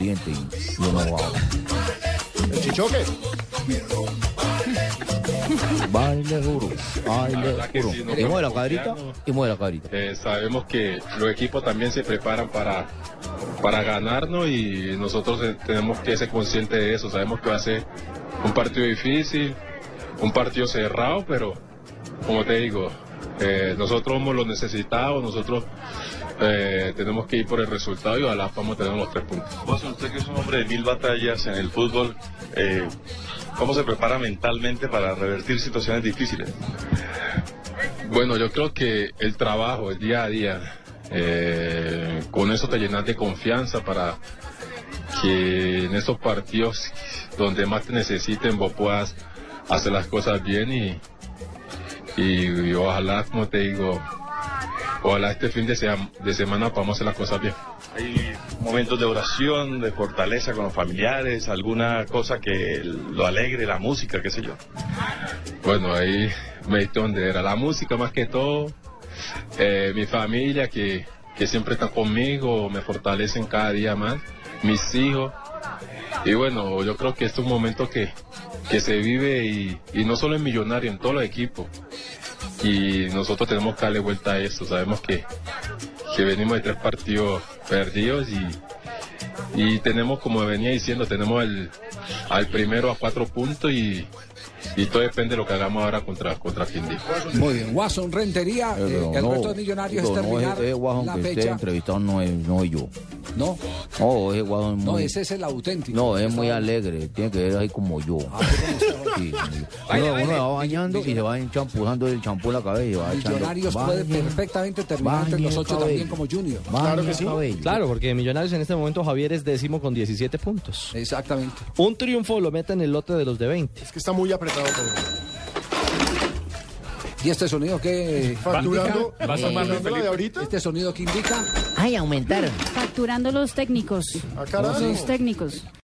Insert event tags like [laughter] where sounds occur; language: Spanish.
Oriente, y uno va. El chichoque. Baile duro, baile duro. Y mueve la cabrita, y mueve la cabrita. Eh, sabemos que los equipos también se preparan para, para ganarnos y nosotros eh, tenemos que ser conscientes de eso. Sabemos que va a ser un partido difícil, un partido cerrado, pero como te digo, eh, nosotros hemos lo necesitado, nosotros eh, tenemos que ir por el resultado y ojalá vamos a tener los tres puntos. usted que es un hombre de mil batallas en el fútbol, eh, ¿cómo se prepara mentalmente para revertir situaciones difíciles? Bueno, yo creo que el trabajo, el día a día, eh, con eso te llenas de confianza para que en esos partidos donde más te necesiten vos puedas hacer las cosas bien y, y- y ojalá, como te digo, ojalá este fin de, sea- de semana podamos hacer las cosas bien. ¿Hay momentos de oración, de fortaleza con los familiares, alguna cosa que lo alegre, la música, qué sé yo? Bueno, ahí me diste donde era la música más que todo, eh, mi familia que, que siempre está conmigo, me fortalecen cada día más, mis hijos. Y bueno, yo creo que este es un momento que, que se vive y, y no solo en Millonario, en todos los equipos. Y nosotros tenemos que darle vuelta a eso, sabemos que, que venimos de tres partidos perdidos y, y tenemos, como venía diciendo, tenemos al, al primero a cuatro puntos y, y todo depende de lo que hagamos ahora contra, contra Quindío. Muy bien, Watson Rentería, eh, Pero el no, resto de millonarios es no, terminar ese guajón la que esté fecha. entrevistado no es, no es yo. No, No, ese guajón es no, muy- ese es el Ah, auténtico. Mm. No, es muy alegre, tiene que ver ahí como yo. [laughs] Sí, como yo. uno, uno va bañando y se va enchampuzando el champú en la cabeza y va echando. Millonarios puede Bañe, perfectamente terminar entre bañe los el ocho cabello. también como Junior. bañe Claro el que sí. cabello. Claro, porque Millonarios en este momento Javier es décimo con 17 puntos. Exactamente. Un triunfo lo mete en el lote de los de 20. Es que está muy apretado todo. ¿Y este sonido qué? Facturando. indica? facturando la de ahorita? ¿Este sonido que indica? Ay, aumentaron. Facturando los técnicos. Ah, carajo. Los técnicos.